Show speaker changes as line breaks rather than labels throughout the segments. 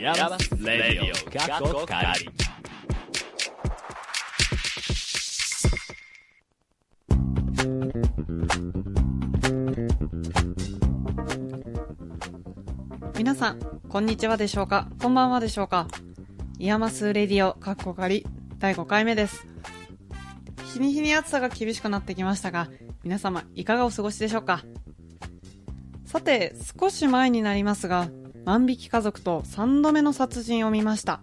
ヤマスレディオ過去仮
皆さんこんにちはでしょうかこんばんはでしょうかイヤマスレディオかっこかり第5回目です日に日に暑さが厳しくなってきましたが皆様いかがお過ごしでしょうかさて少し前になりますが万引き家族と3度目の殺人を見ました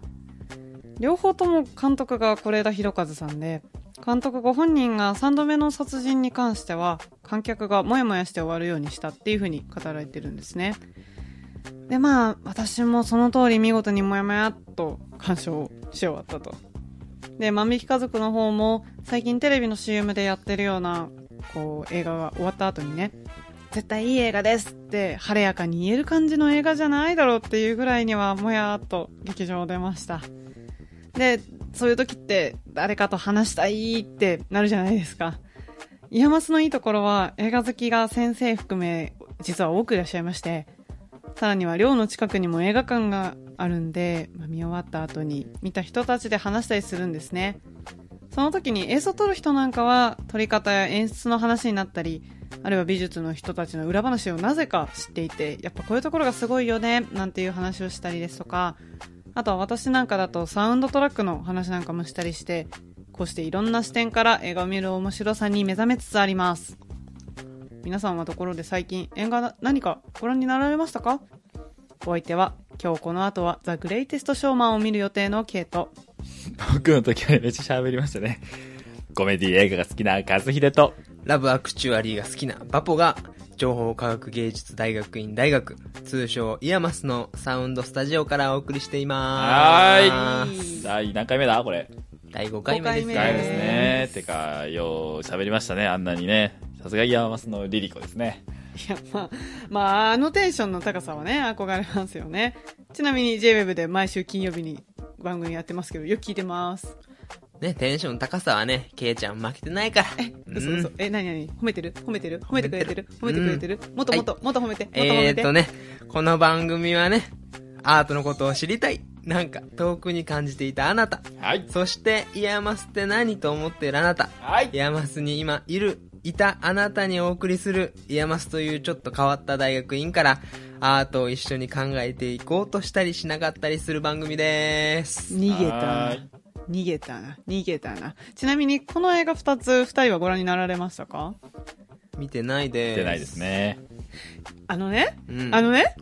両方とも監督が是枝裕和さんで監督ご本人が3度目の殺人に関しては観客がモヤモヤして終わるようにしたっていうふうに語られてるんですねでまあ私もその通り見事にモヤモヤっと鑑賞し終わったとで万引き家族の方も最近テレビの CM でやってるようなこう映画が終わった後にね絶対いい映画ですって晴れやかに言える感じの映画じゃないだろうっていうぐらいにはもやーっと劇場を出ましたでそういう時って誰かと話したいってなるじゃないですかイヤマスのいいところは映画好きが先生含め実は多くいらっしゃいましてさらには寮の近くにも映画館があるんで、まあ見終わった後に見た人たちで話したりするんですねその時に映像を撮る人なんかは撮り方や演出の話になったりあるいは美術の人たちの裏話をなぜか知っていてやっぱこういうところがすごいよねなんていう話をしたりですとかあとは私なんかだとサウンドトラックの話なんかもしたりしてこうしていろんな視点から映画を見る面白さに目覚めつつあります皆さんはところで最近映画な何かご覧になられましたかお相手は今日この後はザ・グレイテスト・ショーマンを見る予定のケイト
僕の時はめっちゃ喋りましたねコメディ映画が好きな和秀と
ラブアクチュアリーが好きなバポが、情報科学芸術大学院大学、通称イヤマスのサウンドスタジオからお送りしていま
は
す。
ーい第何回目だこれ
第5回目です
1
五
ね。
回目ですねてかよう喋りましたねあんなにねさすがイヤマスのリリコですね
いやまあまああのテンションの高さはね憧れますよねちなみに JWEB で毎週金曜日に番組やってますけどよく聞いてます
ね、テンションの高さはね、ケイちゃん負けてないから。え、
嘘嘘え何何褒めてる褒めてる褒めてくれてる褒
褒
め
め
て
て
く
る
れてるもっともっともっと褒めてもっと褒
え
め
ーってとね、この番組はね、アートのことを知りたい。なんか、遠くに感じていたあなた。
はい
そして、イヤマスって何と思っているあなた。
はい
イヤマスに今いる、いたあなたにお送りする、イヤマスというちょっと変わった大学院から、アートを一緒に考えていこうとしたりしなかったりする番組です。
逃げた
は
な
ーい
逃げたな逃げたなちなみにこの映画2つ2人はご覧になられましたか
見てないです。
出ないです。ね
あのね、
うん
あのね、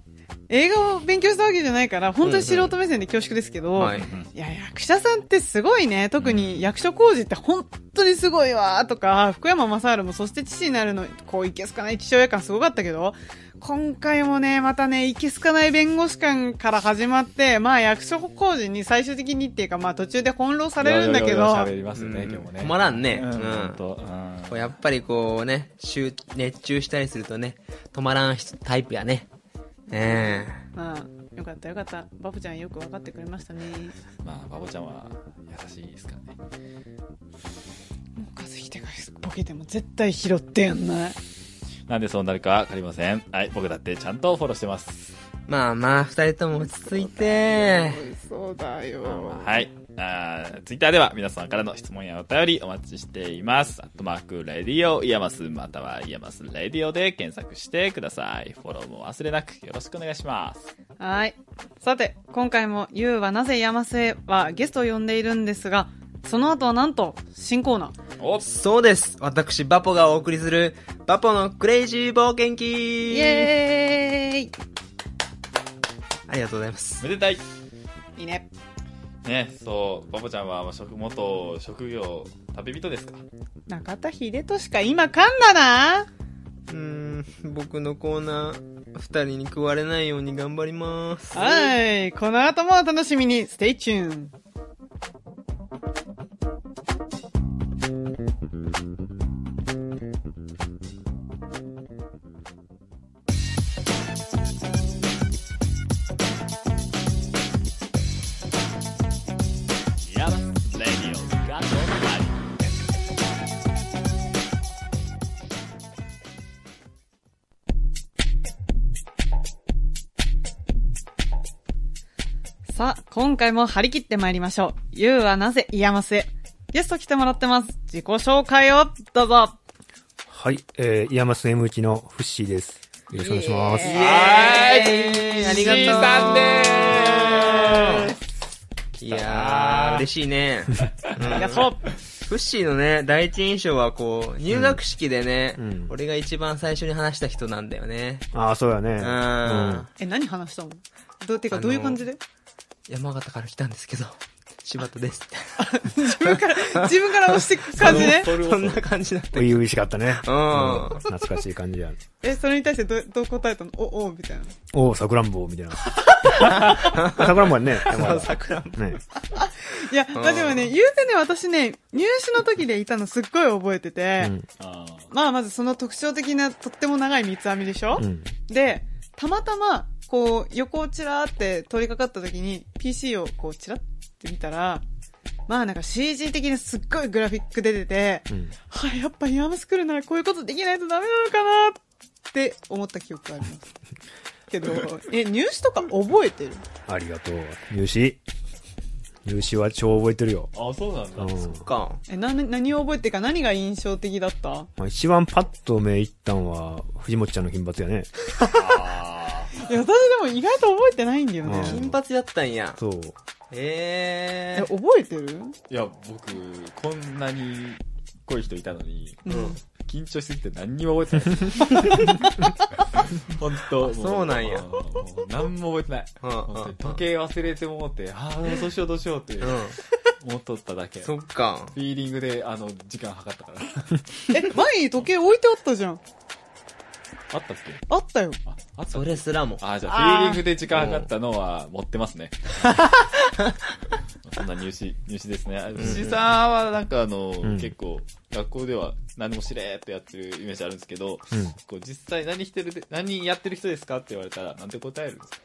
映画を勉強したわけじゃないから、本当に素人目線で恐縮ですけど、
はい。
いや、役者さんってすごいね。特に役所広司って本当にすごいわーとか、福山雅治もそして父になるの、こう、いけすかない父親感すごかったけど、今回もね、またね、いけすかない弁護士感から始まって、まあ役所広司に最終的にっていうか、まあ途中で翻弄されるんだ
い
け
ろいろ
ど、
喋りますよね今日もね
止まらんね。
うん
うん
本当うん
こうやっぱりこうね、集熱中したりするとね、止まらん人タイプやね。え
まあ、よかったよかった。バブちゃんよく分かってくれましたね。
まあバボちゃんは優しいですからね
もう和秀がボケても絶対拾ってやんない。
なんでそうなるかわかりませんはい僕だってちゃんとフォローしてます
えまあまあ、二人とも落ち着いて。
そうだよ。
はい。あツイッター Twitter では皆さんからの質問やお便りお待ちしています。アットマーク、レディオ、イヤマス、またはイヤマス、レディオで検索してください。フォローも忘れなくよろしくお願いします。
はい。さて、今回も、ゆうはなぜ山瀬はゲストを呼んでいるんですが、その後はなんと、新コーナー。
お
そうです。私、バポがお送りする、バポのクレイジー冒険記
イエーイ
ありがとうございます。
めでたい
いいね。
ね、そう、バボちゃんは職元、職業、旅人ですか
中田秀俊か今噛んだな
うーん、僕のコーナー、二人に食われないように頑張ります。
はい。この後もお楽しみに、ステイチューン。
イヤマス、レディオ、ガト
さあ、今回も張り切って参りましょう。ゆうはなぜイヤマスへ。ゲスト来てもらってます。自己紹介をどうぞ。
はい、えー、イヤマス M キのフッシーです。よろしくお願いします。
イエーイ
はいありがとう
C さんでーす
いやー、嬉しい ね。
ありがとう。
フッシーのね、第一印象はこう、入学式でね、
うん
俺が一番最初に話した人なんだよね。
ああ、そうやね。
うん。
え、何話したのどう、てか
あの
どういう感じで
山形から来たんですけど、柴田です。
自分から、自分から押してく感じね。
そんな感じだった。
初々しかったね。
う
うん
ん。
懐かしい感じや。
え、それに対してどう、どう答えたのお、おみたいな。
おお、さくらんぼ、みたいな。さくらんぼやね。山
そう、
田
桜も。
ね。
いや、まあでもね、言うてね、私ね、入試の時でいたのすっごい覚えてて、
うん
あ
まあまずその特徴的なとっても長い三つ編みでしょ、
うん。
で、たまたま、こう、横をチラーって通りかかった時に、PC をこう、チラって見たら、まあなんか CG 的にすっごいグラフィック出てて、
うん。
はあ、やっぱヤームスクールならこういうことできないとダメなのかなって思った記憶があります。け ど、え、入試とか覚えてる
ありがとう。入試。入試は超覚えてるよ。
ーあそうなんだ、
うん。
か。
え、な、何を覚えてるか何が印象的だった
まあ、一番パッと目いったんは、藤本ちゃんの金髪やね。
あ
いや、私でも意外と覚えてないんだよね。
うん
金髪だったんや。
そう。
え、
えー。
覚えてる
ーいや僕こんなに濃い人いたのに
うん。
緊張しすぎて何にも覚えてない 本当
あそうなんや
もうもう何も覚えてない
うんうんうん
本当に時計忘れてもうてああどうしようどうしようって
う
思っとっただけ
ん。そっか。
フィーリングであの時間計ったから
え、前に時計置いてあったじゃん。
あったっけ
あったよ。
ああった
それすらも。
あーじゃ
あ
あフィー
ー
リングで時間計ったのは持ってます ねそんな入試入試ですね牛さんはなんかあの、
ん
結構学校では何でもしれーってやってるイメージあるんですけど、
うん
こう実際何してるで何やってる人ですかって言われたらなんて答えるんですか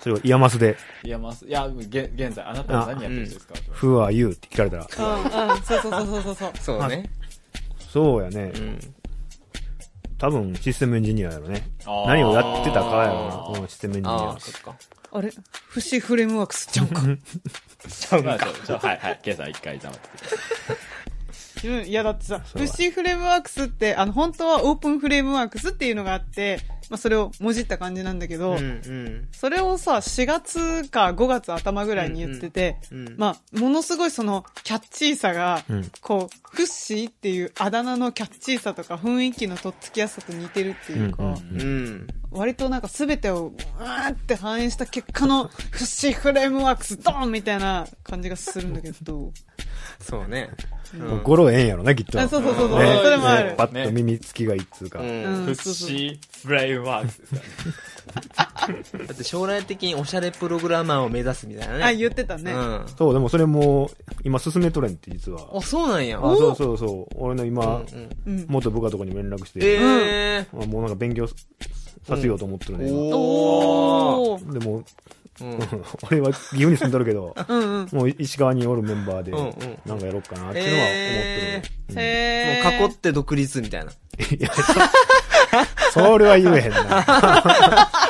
それをイヤマスで、
いやまあいや現現在あなたは何やってる人ですかって言われて
Who are you? って聞かれたら。
うん、うん、そうそうそうそうそう。
そうね。
そうやね
う。ん。
多分、システムエンジニアやろね。
あー
何をやってたかやろな。うんシステムエンジニ
あ
ア
あ、。そっか。
あれ不死フレームワークスちゃ んか。
まあちょちょはいはい今朝一回黙ってて
自分、いやだってさ、
そうだ
不死フレームワークスって、あの、本当はオープンフレームワークスっていうのがあって、まあそれをもじった感じなんだけど、
うん
それをさ、4月か5月頭ぐらいに言ってて、
うん。うん。
まあ、ものすごいその、キャッチーさが、
うん
こう、フッシーっていうあだ名のキャッチーさとか、雰囲気のとっつきやすさと似てるっていうか、
うんうんうん
うん。
割となんか全てを、うわーって反映した結果の、フッシーフレームワークス、ドーンみたいな感じがするんだけど、
そうね。うん
もう語呂ええんやろな、きっと。
あそうそうそうそう、
ね
それもある
パ。ッと耳つきがいいっつうか。
う
うん
ん
フッシーフレームワークスですから
だって将来的におしゃれプログラマーを目指すみたいなね。
あ、言ってたね。
うん。
そう、でもそれも、今進めとれんって実は。
あ、そうなんや。
あ、そうそうそう。俺の今、
うんうん
うん。
元部下とかにも連絡して、
え
あもうなんか勉強させようと思って
ー。
るね、今
おー。
ー。
でも、
うん。
俺は岐阜に住んどるけ ど、
うんうん。
もう石川におるメンバーで
うんうん、
なんかやろうかなっていうのは思ってるね。
へー。
もう囲って独立みたいな。
うんいや、そそれは言えへんな。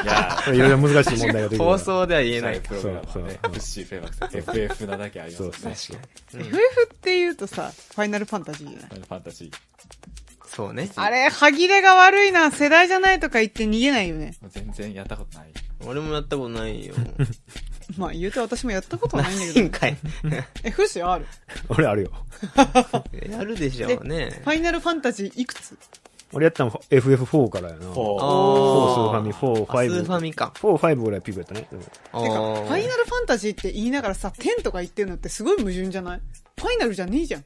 いや
それいろいろ難しい問題 が出てくるから。
放送では言え
ー
ない。
プログラマーね
そうそう
フッシーフレームワークス FF なだけありますよね
そうそ
FF って言うとさ、ファイナルファンタジーじゃない
ファンタジー
そうね。
あれ、歯切れが悪いな、世代じゃないとか言って逃げないよね。
もう全然やったことない
俺もやったことないよ。
まあ言うて私もやったこと ないんだ
な
け
い
ど
ん。かい。
え、フシある
俺あるよ。
やるでしょうね
フ。ァイナルファンタジーいくつ
俺やったの FF4 からやな。4、
ほう
お
スーファミ、4、
あスーファ
5。
ミか。
4、5ぐらいピークやったね。でも
あ
てか、フ
ー
ァイナルファンタジーって言いながらさ、10とか言ってるのってすごい矛盾じゃないファイナルじゃねえじゃん。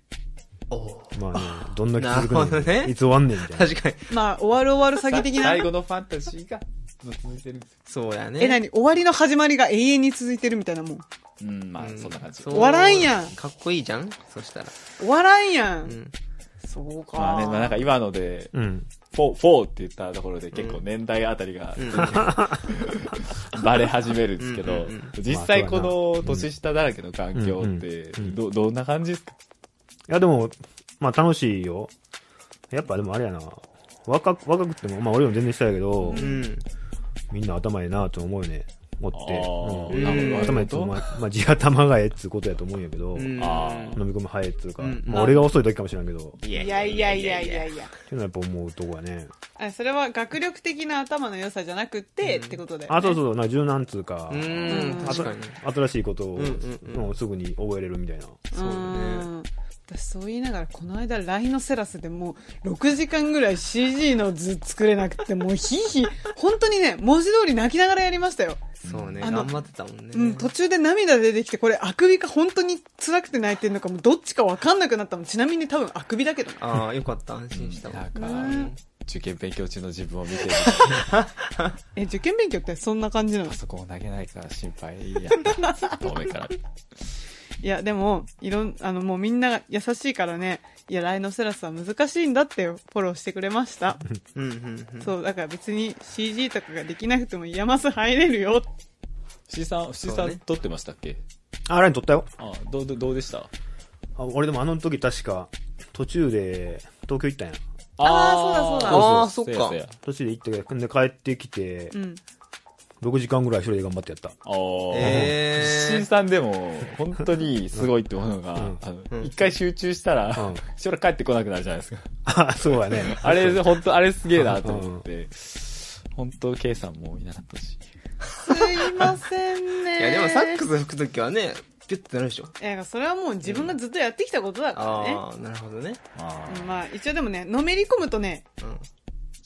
おー
まあね、どんだけ続くねん
なるほどね
いつ終わんねんみたいな。
確かに。
まあ、終わる終わる詐欺的な
最。後のファンタジーが続いてるんですよ。
そうやね。
え、なに終わりの始まりが永遠に続いてるみたいなもん。
うん、まあ
う、
そんな感じ。
そう
終わらんやん
かっこいいじゃんそしたら。
終わらんやん。
うん。
そうか。
まあね、まあなんか今ので、
うん。
フォー、フォーって言ったところで結構年代あたりが、バレ始めるんですけ
うん
ど
うんうん、
実際この年下だらけの環境って、
うんうん
ど、どんな感じですか
いや、でも、まあ楽しいよ。やっぱでもあれやな。若く、若くっても、まあ俺よりも全然下やけど、
うん。
みんな頭ええなと思うよね。持っ
あー
て、うん
なるほど
頭やつまあ、まあ、地頭がええっつうことやと思うんやけど、
うん
あ
飲み込み早いっつうか、
うん
まあ、俺が遅い時かもしれんけど、って
い
いやいやいやいやいや。
いうのはやっぱ思うとこやね。
あそれは学力的な頭の良さじゃなくて、ってことだよね。
あ、そうそう、なんか柔軟っつうか、
うん確かに
あ新しいことを、
うんうんうん
うんすぐに覚えれるみたいな。
そうだね
ん私そう言いながらこの間 LINE のセラスでもう6時間ぐらい CG の図作れなくてもうひいひい本当にね文字通り泣きながらやりましたよ、
そうね
あの
頑張ってたもんね
うん、途中で涙出てきてこれあくびか本当に辛くて泣いてるのかもうどっちか分かんなくなったのちなみに多分あくびだけどな
ああよかった安心した
な
わ
んか
うん
受験勉強中の自分を見てる
え受験勉強ってそんな感じなの
パソコンを投げないから心配やった遠目から
いやでもいろんあのもうみんなが優しいからねいや LINE のセラスは難しいんだってフォローしてくれました
うんうんうん
そうだから別に CG とかができなくても山ス入れるよって
藤井さん藤井さ
そうんね
撮ってましたっけ
あ、ライン取ったよ。
あどうどうどうでした
あ俺でもあの時確か、途中で東京行ったんや。
あーそうだそうだ
あーそっか
せやせや
途中で行ったけど、で帰ってきて、
うん
6時間ぐらい一人で頑張ってやった。
あー
えー
石井さんでも、本当にすごいってものが、
うん
あの
うん
一回集中したら、
うん
しばらく帰ってこなくなるじゃないですか。
あ、 そうやね。
あれ、本当あれすげえなと思って、本当 K さんもいなかったし。
すいませんね
いやでもサックス吹くときはねピュッてなるでしょ
いやそれはもう自分がずっとやってきたことだからね、
ああなるほどね
あ
うんまあ一応でもねのめり込むとね
うん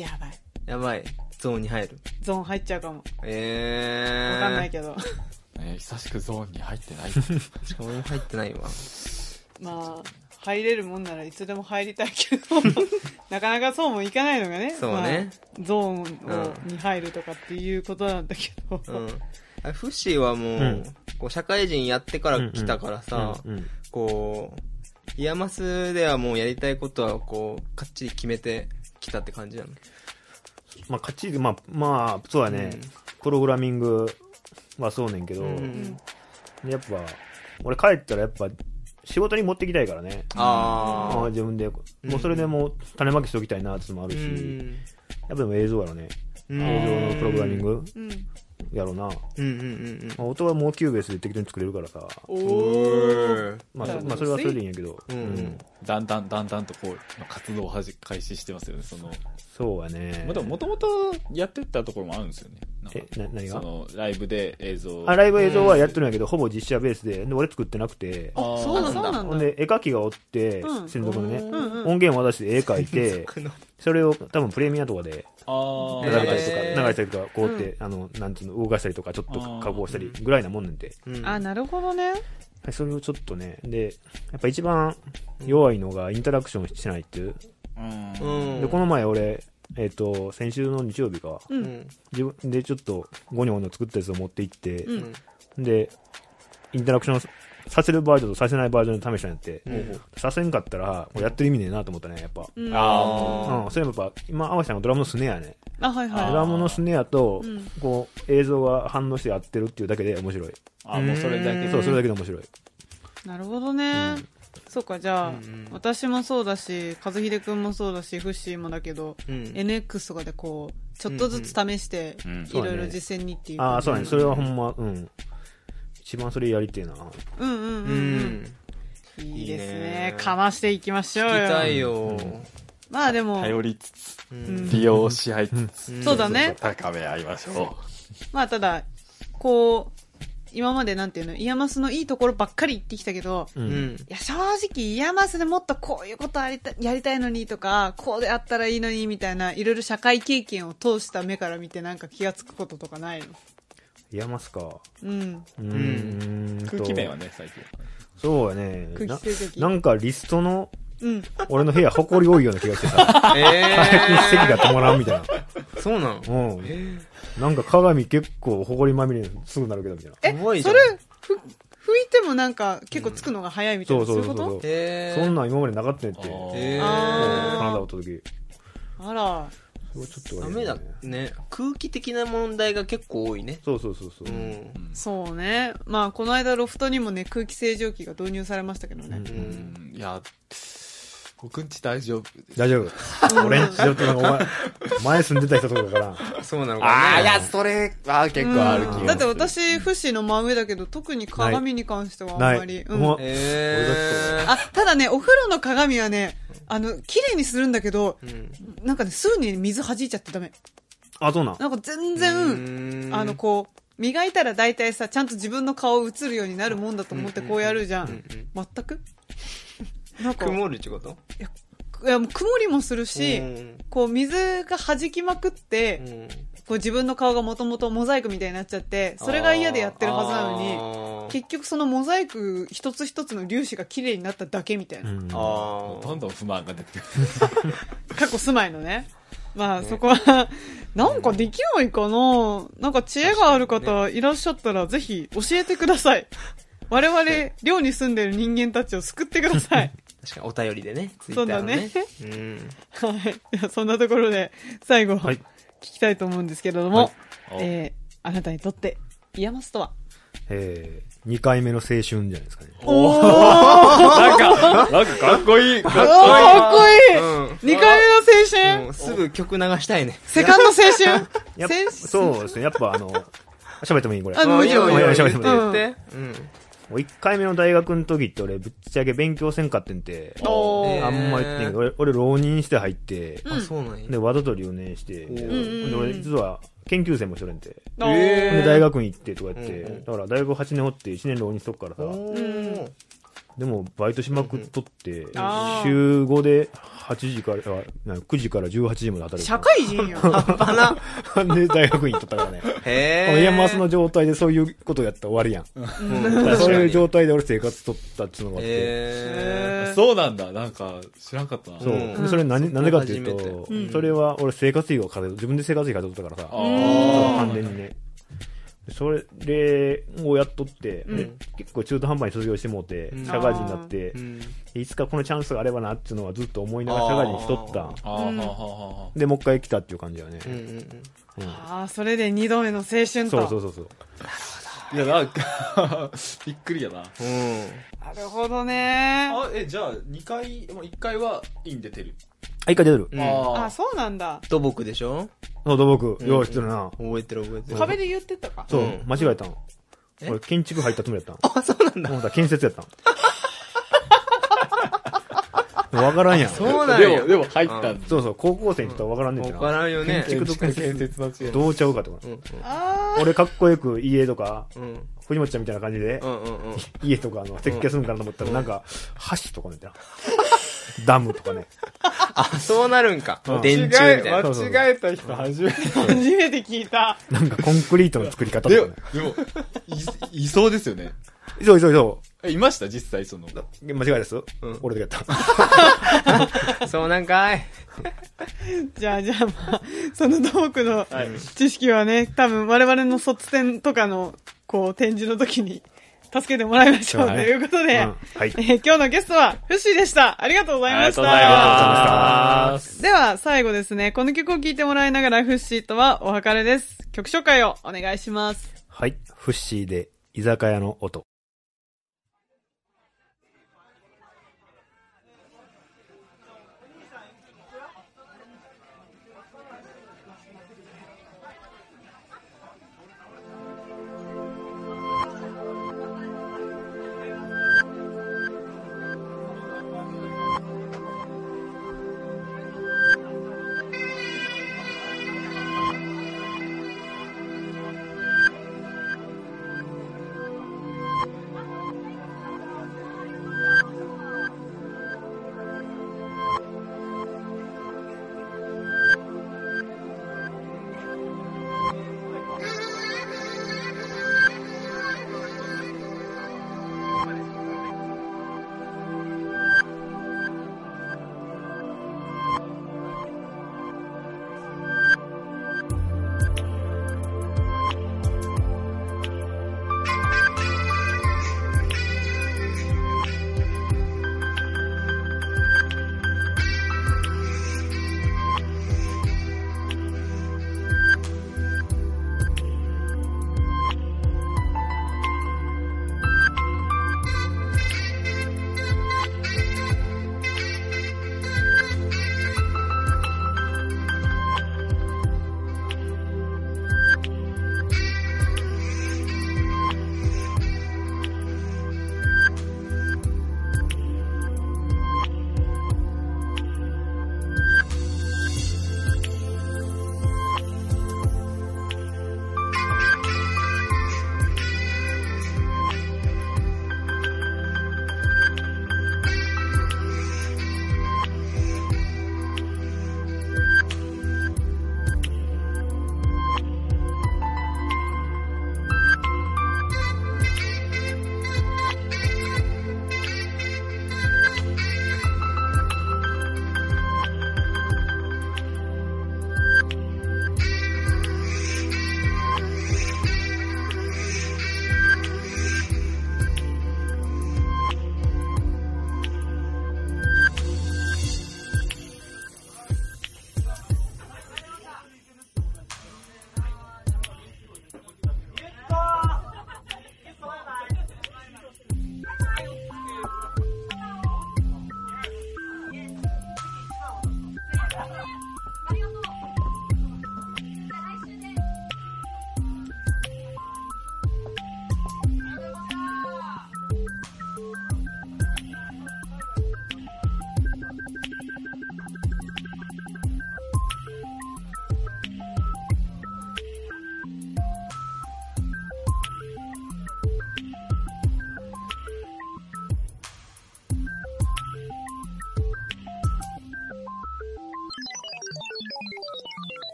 やばい
やばいゾーンに入る
ゾーン入っちゃうかも
ええ
わかんないけど、
ーね久しくゾーンに入って ない。
どしかも俺も入ってないわ
まあ入れるもんならいつでも入りたいけ どなかなかそうもいかないのがね
そうね
まあゾーンを、
うん
に入るとかっていうことなんだけど、
うんあフッシーはもう、
ん
こう社会人やってから来たからさ、
うんうん
こう、イヤマスではもうやりたいことは、こう、かっちり決めてきたって感じなの。
まあ、勝ち、まあ、まあ、そうやね、
うん
プログラミングはそうねんけど、
うん
やっぱ、俺帰ったらやっぱ、仕事に持ってきたいからね。
あ
あ自分で、もうそれでもう種まきしておきたいなっていうのもあ
ー。う
るし、やっ
ん。
ぱでも映像やろね。
うん
映像のプログラミン。グ
うん
やろな。ま
うんうんうん
あ、音はもうキューベースで適当に作れるからさ。
お
うん。
ー
ー。
まあ、
なるほ
そ
ど
まあ、それはそれでいいんやけど。
うんうん。
だんだん、だんだんとこう、活動をはじ開始してますよね、その。
そうやね。
まあでも、もともとやってたところもあるんですよね。なんか
え、な、何
そ
が
の、ライブで映像
あ、ライブ映像はやってるんやけど、ほぼ実写ベースで、で俺作ってなくて、
あー
そうなんだ
あそうな
ほんで、絵描きがおって
う、ん
専属のね、
うんうん
音源を私で絵描いて、
僕の
それを多分プレミアとかで
あー
流
え
したりとか、
へー
流したりとか、こうって、あの、なんつうの、動かしたりとか、ちょっと
あー
加工したりぐらいなもんなんで、
うん
あなるほどね
はいそれをちょっとね、で、やっぱ一番弱いのがインタラクションしてないっていう。
うん
うん。
で、この前俺、えっ、と、先週の日曜日か、
うん
うん。
自分でちょっとゴニョゴニョ作ったやつを持って行って、
うん
で、インタラクションさせるバージョンとさせないバージョンで試したんやって、
うん
させんかったら、もうやってる意味ねえなと思ったね、やっぱ。う
うん
あ
ん、それもやっぱ、今、淡木さんがドラムのスネアね。
あはいはい
あ
ドラムのスネアと
うん、
こう、映像が反応して合ってるっていうだけで面白い。
あー、もうそれだけ
うん
で。
そう、それだけで面白い。
なるほどね、そうかじゃあ、
うんうん
私もそうだし和秀君もそうだしフッシーもだけど、
うん
NX とかでこうちょっとずつ試して、
うんうん
いろいろ実践にっていう
ああ、そうだね。
ん
それはほんま、うん。一番それやりてえな。
うんうん
う
うん
ん。
うん
聞
いいですね
いいね
かましていきましょ
き
うよ
たいよ。
まあでも
頼りつつ、
うん
利用し合いつつ、
そうだね
高め合いまし ょ
まあただこう今までなんていうのイヤマスのいいところばっかり言ってきたけど、
う。
うんん。
いや正直イヤマスでもっとこういうことありたやりたいのにとかこうであったらいいのにみたいないろいろ社会経験を通した目から見てなんか気がつくこととかないの
イヤマスか。
うん
うーん
う。
と。
空気面はね、最近。
そうやね。
空気成績
ななんかリストの、
うん
俺の部屋、埃多いような気がしてさ。
え
席が止まらんみたい
ー。そうなの
な。うん。なんか鏡結構埃まみれにすぐなるけど、みたいな。
え
怖いじ
そ
ゃん
れふ拭いてもなんか結構つくのが早いみたい
そ
な、
うそう
い
そう
こ
そ
と。
う
えー。
そんなん今までなかったんやって。
あ
カ
ー
え
あ
ー
ー。
ナダおった時。
あら
それはちょっと
ダ
あれ
メだね。空気的な問題が結構多いね。
そうそうそうそうう。
ん。
そうねまあこの間ロフトにもね空気清浄機が導入されましたけどね、
う
うんいや、
僕んち大丈夫です。
大丈夫。俺んち上ってなんかお前、前住んでた人とかから。
そうなの
あ
か
あ、
ね
いや、それは結構ある気がす
うん
る。
だって私、不死の真上だけど、特に鏡に関してはあんまり。
ない
うん
もう
え
あ、ただね、お風呂の鏡はね、あの、綺麗にするんだけど、
ー
なんかね、すぐに水弾いちゃってダメ。
あ、そうなん。
なんか全
う
然、
ん
あの、こう、磨いたら大体さ、ちゃんと自分の顔映るようになるもんだと思ってこうやるじゃん。全くなんか、い
曇るってこと
や、もう曇りもするし
う、ん
こう水が弾きまくって、
うん
こう自分の顔がもともとモザイクみたいになっちゃって、それが嫌でやってるはずなの
の
に、結局そのモザイク一つ一つの粒子が綺麗になっただけみたいな。
うん
あー
どんどん不満が出てくる。
過去住まいのね。まあ、そこは、なんかできないかななんか知恵がある方いらっしゃったら、ぜひ教えてください。我々、寮に住んでる人間たちを救ってください。
確かにお便りでねツイ
そう
ッター
だ
の
ね
ね。うん
はい。ではそんなところで、最後、
はい
聞きたいと思うんですけれども、
はい
えー、あなたにとって、イヤマスとは
えー、2回目の青春じゃないですかね。
おー
なんか、なんかかっこいい。
おー
かっ
かっこいい、
うん
二回目の青春、
もうすぐ曲流したいね
セカンド青春
やっ
青春
ぱそうですね。やっぱあの、喋ってもいいこれ。
あのもちろん
いいよいいよ
お願いします
言って言って
もう1回目の大学の時って俺ぶっちゃけ勉強せんかってんて、
お
え
ー
ー
あんま言ってんけど、俺俺浪人して入って、
うんあそうなんや
で、和田取りをねして、みたいな
う
うん
ん
うん
で俺実は研究生もしとれんて。
おー
え
で、大学に行ってとかやって、
うんうん
だから大学8年おって1年浪人しとくからさ、
お
う
ー
でもバイトしまくっとって、
あー
週5で8時から、あな9時から18時まで働いて
社
た。
会人やん。
で、大学院行っとったからね。この
へえ
イヤマスの状態でそういうことやったら終わりやん。そういう状態で俺生活とったっていうのがあって。
へ
こいい。 そうなんだ。なんか、知らんかったな。
そう。
うん
でそれ何、なぜかっていう
そ
と
こ、
めて
それは俺生活費を稼い自分で生活費稼いとったからさ。
あ
完全にね。それをやっとって、
うん
で結構中途半端に卒業してもうて、
うん
社会人になって
ーう、ん
いつかこのチャンスがあればなっていうのはずっと思いながら社会人しとったん
あ。ああ、は
うん
あはあは
で、もう一回来たっていう感じだよね。
うんうんうん
うん
ああ、それで二度目の青春と。
そうそうそうそう。
あ。いや、なんか、 びっくりやな。
うん
なるほどね。
あ、え、じゃあ、2回、もう1回は、イン出てる。
あ、一回出てる。
うん
あ
あ、
あ。
そうなんだ。
土木でしょ
そう、土木。
うん
用意してるな。
覚えてる覚えてる、
壁で言ってたか。
そううん間違えたん。
え
俺、建築入ったつもりやったん。あ、そうなんだ。建設やったん。わからんやん。そう
そうなん
で
や
も、でも入ったんだ。
そう、高校生にちょっとわからんねんて
分
な。
からんよね
建築と建
建
設
設の違い。
どうちゃうかとか
う。ん
あ
俺、かっこよく家とか、
うんうん
藤本ちゃんみたいな感じで
う、んうんうん
家とかあの設計するんかなと思ったら、なんか、橋とかね んてな。ダムとかね。
あそうなるんか
うん
電柱みたいな
そうそうそう
間違えた人初めて。
あ、初めて聞いた。
なんかコンクリートの作り方
で
とか
も
ね。、
でも、い、いそうですよね。
そうそうそ
えいました実際その。
う。間違いです。
ん
俺だけやった。
そうなんかい
じゃあ、じゃあ、まあ、そのトークの知識はね、多分我々の卒展とかの、こう、展示の時に 助けてもらいましょう
そ
と
うね
いうことで、
うんはい
えー今日のゲストは、フッシーでした。ありがとうございました。
ありがとうございます。
では、最後ですね、この曲を聴いてもらいながら、フッシーとはお別れです。曲紹介をお願いします。
はい。フッシーで、居酒屋の音。
「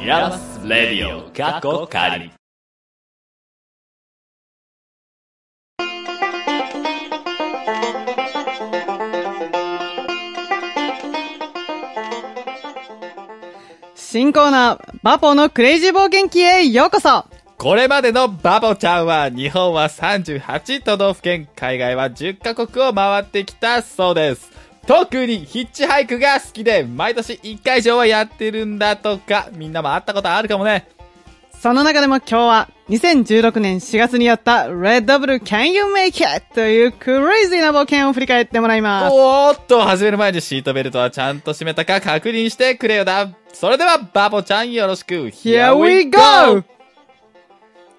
イヤマスレディオ過去仮
新コーナー、バポのクレイジー冒険記へようこそ
これまでのバボちゃんは日本は38都道府県海外は10カ国を回ってきたそうです特にヒッチハイクが好きで毎年1回以上はやってるんだとかみんなも会ったことあるかもね
その中でも今日は2016年4月にやったレッドブル Can You Make It というクレイジーな冒険を振り返ってもらいます。
おーっと始める前にシートベルトはちゃんと締めたか確認してくれよだそれではバボちゃんよろしく
Here we go!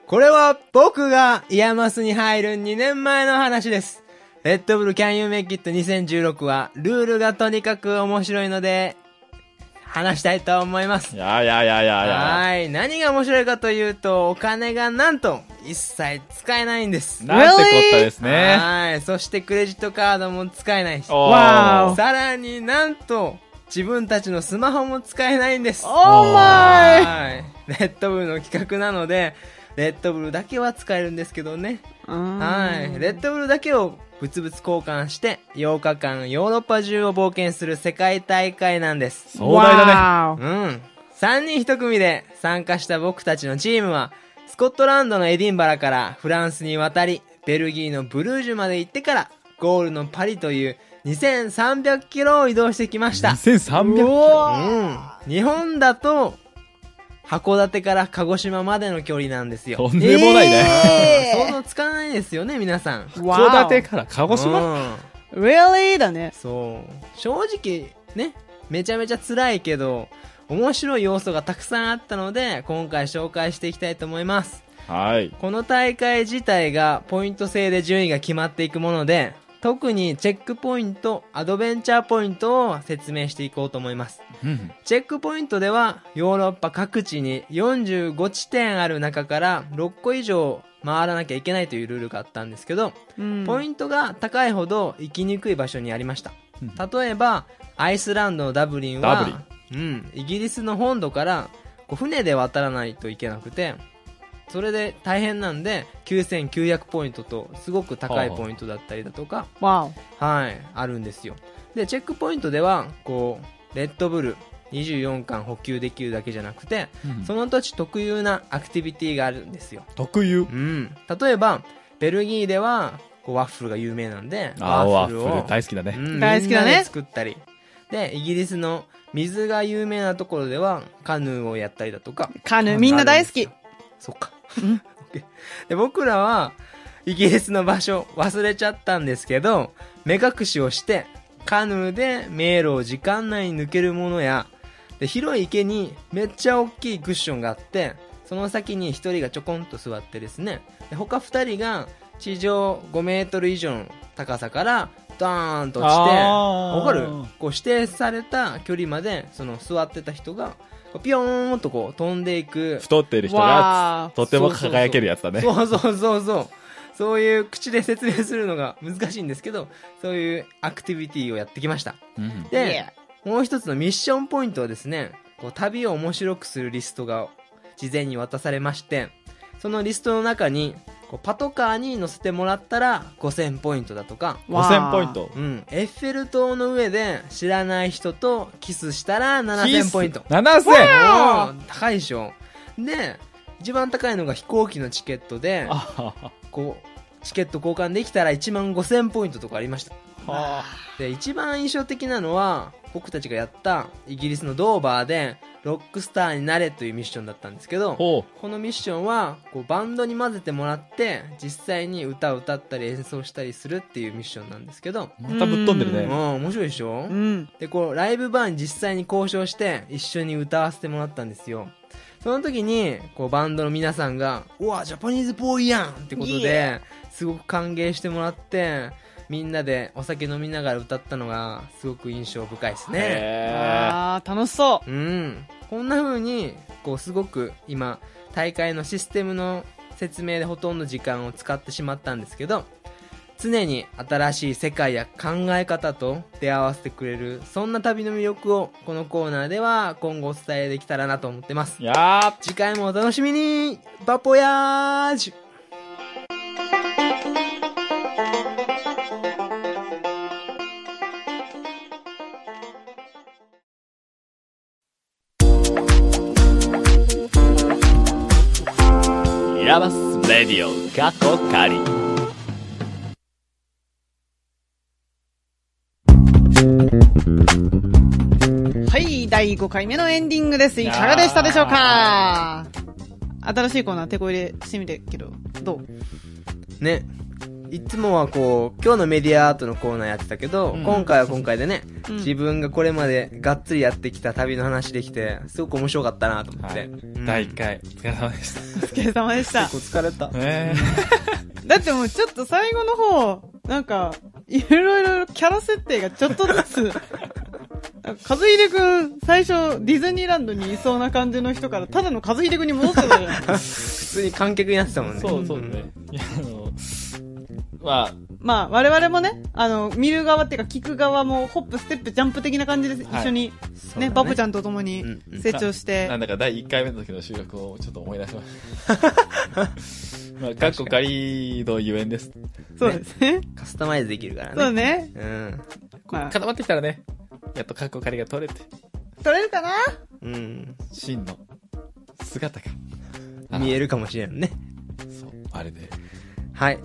これは僕がイヤマスに入る2年前の話です。レッドブル Can You Make It 2016はルールがとにかく面白いので、話したいと思います
い。やいやいやいやいや
はい。何が面白いかというと、お金がなんと一切使えないんです。
なんてこったですね
はい。そしてクレジットカードも使えないし、
おー
わーお
さらになんと自分たちのスマホも使えないんです。
Oh my!
はい。レッドブルの企画なので、レッドブルだけは使えるんですけどね。はい。レッドブルだけを物々交換して、8日間ヨーロッパ中を冒険する世界大会なんです。
壮大だね
だ
う。ん。3人1組で参加した僕たちのチームは、スコットランドのエディンバラからフランスに渡り、ベルギーのブルージュまで行ってから、ゴールのパリという2300キロを移動してきました。
2300
うん。日本だと、函館から鹿児島までの距離なんですよ。
とんでもないね。
想像つかないですよね、皆さん。
函
わ
館から鹿児島
うん
Really? だね。
そう。正直、ね、めちゃめちゃ辛いけど、面白い要素がたくさんあったので、今回紹介していきたいと思います。
はい。
この大会自体がポイント制で順位が決まっていくもので、特にチェックポイント、アドベンチャーポイントを説明していこうと思います。チェックポイントではヨーロッパ各地に45地点ある中から6個以上回らなきゃいけないというルールがあったんですけど、ポイ
ン
ントが高いほど行きにくい場所にありました
うん。
例えば、アイスランドのダブリン
ダブ
は、うん、イギリスの本土からこう船で渡らないといけなくて、それで大変なんで9900ポイントとすごく高いポイントだったりだとか、
ト。わお。
はい、あるんですよ。で、チェックポイントでは、こう、レッドブル24巻補給できるだけじゃなくて、その土地特有なアクティビティがあるんですよ。
特有。
うん。例えば、ベルギーでは、こうワッフルが有名なんで、
あー、ワッ
を
フル大好きだね。
うん
大好きだね
みんなで作ったり。で、イギリスの水が有名なところでは、カヌーをやったりだとか。
カヌー、みんな大好き。
そっか。 オッケーで、僕らは、イギリスの場所忘れちゃったんですけど、目隠しをして、カヌーで迷路を時間内に抜けるものや、で広い池にめっちゃ大きいクッションがあって、その先に1人がちょこんと座ってですね、で他2人が地上5メートル以上の高さから、ドーンと落ちて、
あー
わかるこう指定された距離まで、その座ってた人が、こうピヨーンとこう飛んでいく
太ってる人が
わー
とても輝けるやつだね。
そうそうそうそう。そういう口で説明するのが難しいんですけど、そういうアクティビティをやってきました。
うん
で、もう一つのミッションポイントはですね、こう旅を面白くするリストが事前に渡されまして、そのリストの中に、こうパトカーに乗せてもらったら5000ポイントだとか、
わー
5000ポイント。
うん、エッフェル塔の上で知らない人とキスしたら7000ポイント。
7000!
うん高いでしょ。で、一番高いのが飛行機のチケットで、こう、チケット交換できたら1万5000ポイントとかありました。で、一番印象的なのは、僕たちがやったイギリスのドーバーで、ロックスターになれというミッションだったんですけど、こ
ほ
のミッションは、こう、バンドに混ぜてもらって、実際に歌を歌ったり演奏したりするっていうミッションなんですけど、
う。またぶっ飛んでる
うん、
ね。
面白いでし
う
ょ
ん。
で、こう、ライブバーに実際に交渉して、一緒に歌わせてもらったんですよ。その時に、こう、バンドの皆さんが、うわ、ジャパニーズボーイやんってこと
イエ
で、すごく歓迎してもらって、みんなでお酒飲みながら歌ったのが、すごく印象深いですね。
へ
あー、楽しそ
うん。こんな風に、こう、すごく今、大会のシステムの説明でほとんど時間を使ってしまったんですけど、常に新しい世界や考え方と出会わせてくれるそんな旅の魅力をこのコーナーでは今後お伝えできたらなと思ってます
やー
次回もお楽しみにバポヤージュ
イヤマスレディオ過去仮
はい、第5回目のエンディングです。いかがでしたでしょうか新しいコーナー手こ入れしてみてけど、どう
ねいつもはこう今日のメディアアートのコーナーやってたけど、
うん
今回は今回でね、
うん
自分がこれまでがっつりやってきた旅の話できてすごく面白かったなと思って、
はい
うん
第1回お疲れ様でした
お疲れ様でした
結構。疲れた
ね
だってもうちょっと最後の方、なんか、いろいろキャラ設定がちょっとずつ、和秀くん、最初ディズニーランドにいそうな感じの人から、ただの和秀くんに戻ってたじゃない
普通に観客になってたもんね
そうそうねいや あのまあ
まあ、我々もね、あの、見る側っていうか聞く側も、ホップ、ステップ、ジャンプ的な感じで
はい
一緒に、
そうだ
ね、
ね
バボちゃんと共に
うん
成長して
な、んだか第1回目の時の収録をちょっと思い出しましたまあ過去仮のゆえんです
そうですね。
カスタマイズできるから
そう
ね
ね。
うん
まあ、
固まってきたらねやっと過去仮が取れて
取れるかな
うん
真の姿が
見え
る
るかもしれんね
そうあれで
はい。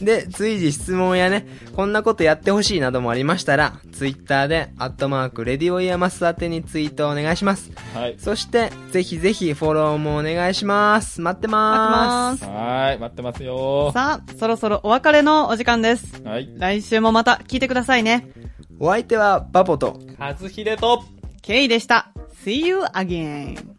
で、随時質問やね、こんなことやってほしいなどもありましたら、ツイッターで、アットマーク、レディオイヤマス宛てにツイートお願いします。
はい
そして、ぜひぜひフォローもお願いします。待ってま
待っ
ーす。
て
はーい待ってますよ
さあ、そろそろお別れのお時間です。
はい
来週もまた聞いてくださいね。
お相手は、バポと、
和秀と
ケイでした。See you again.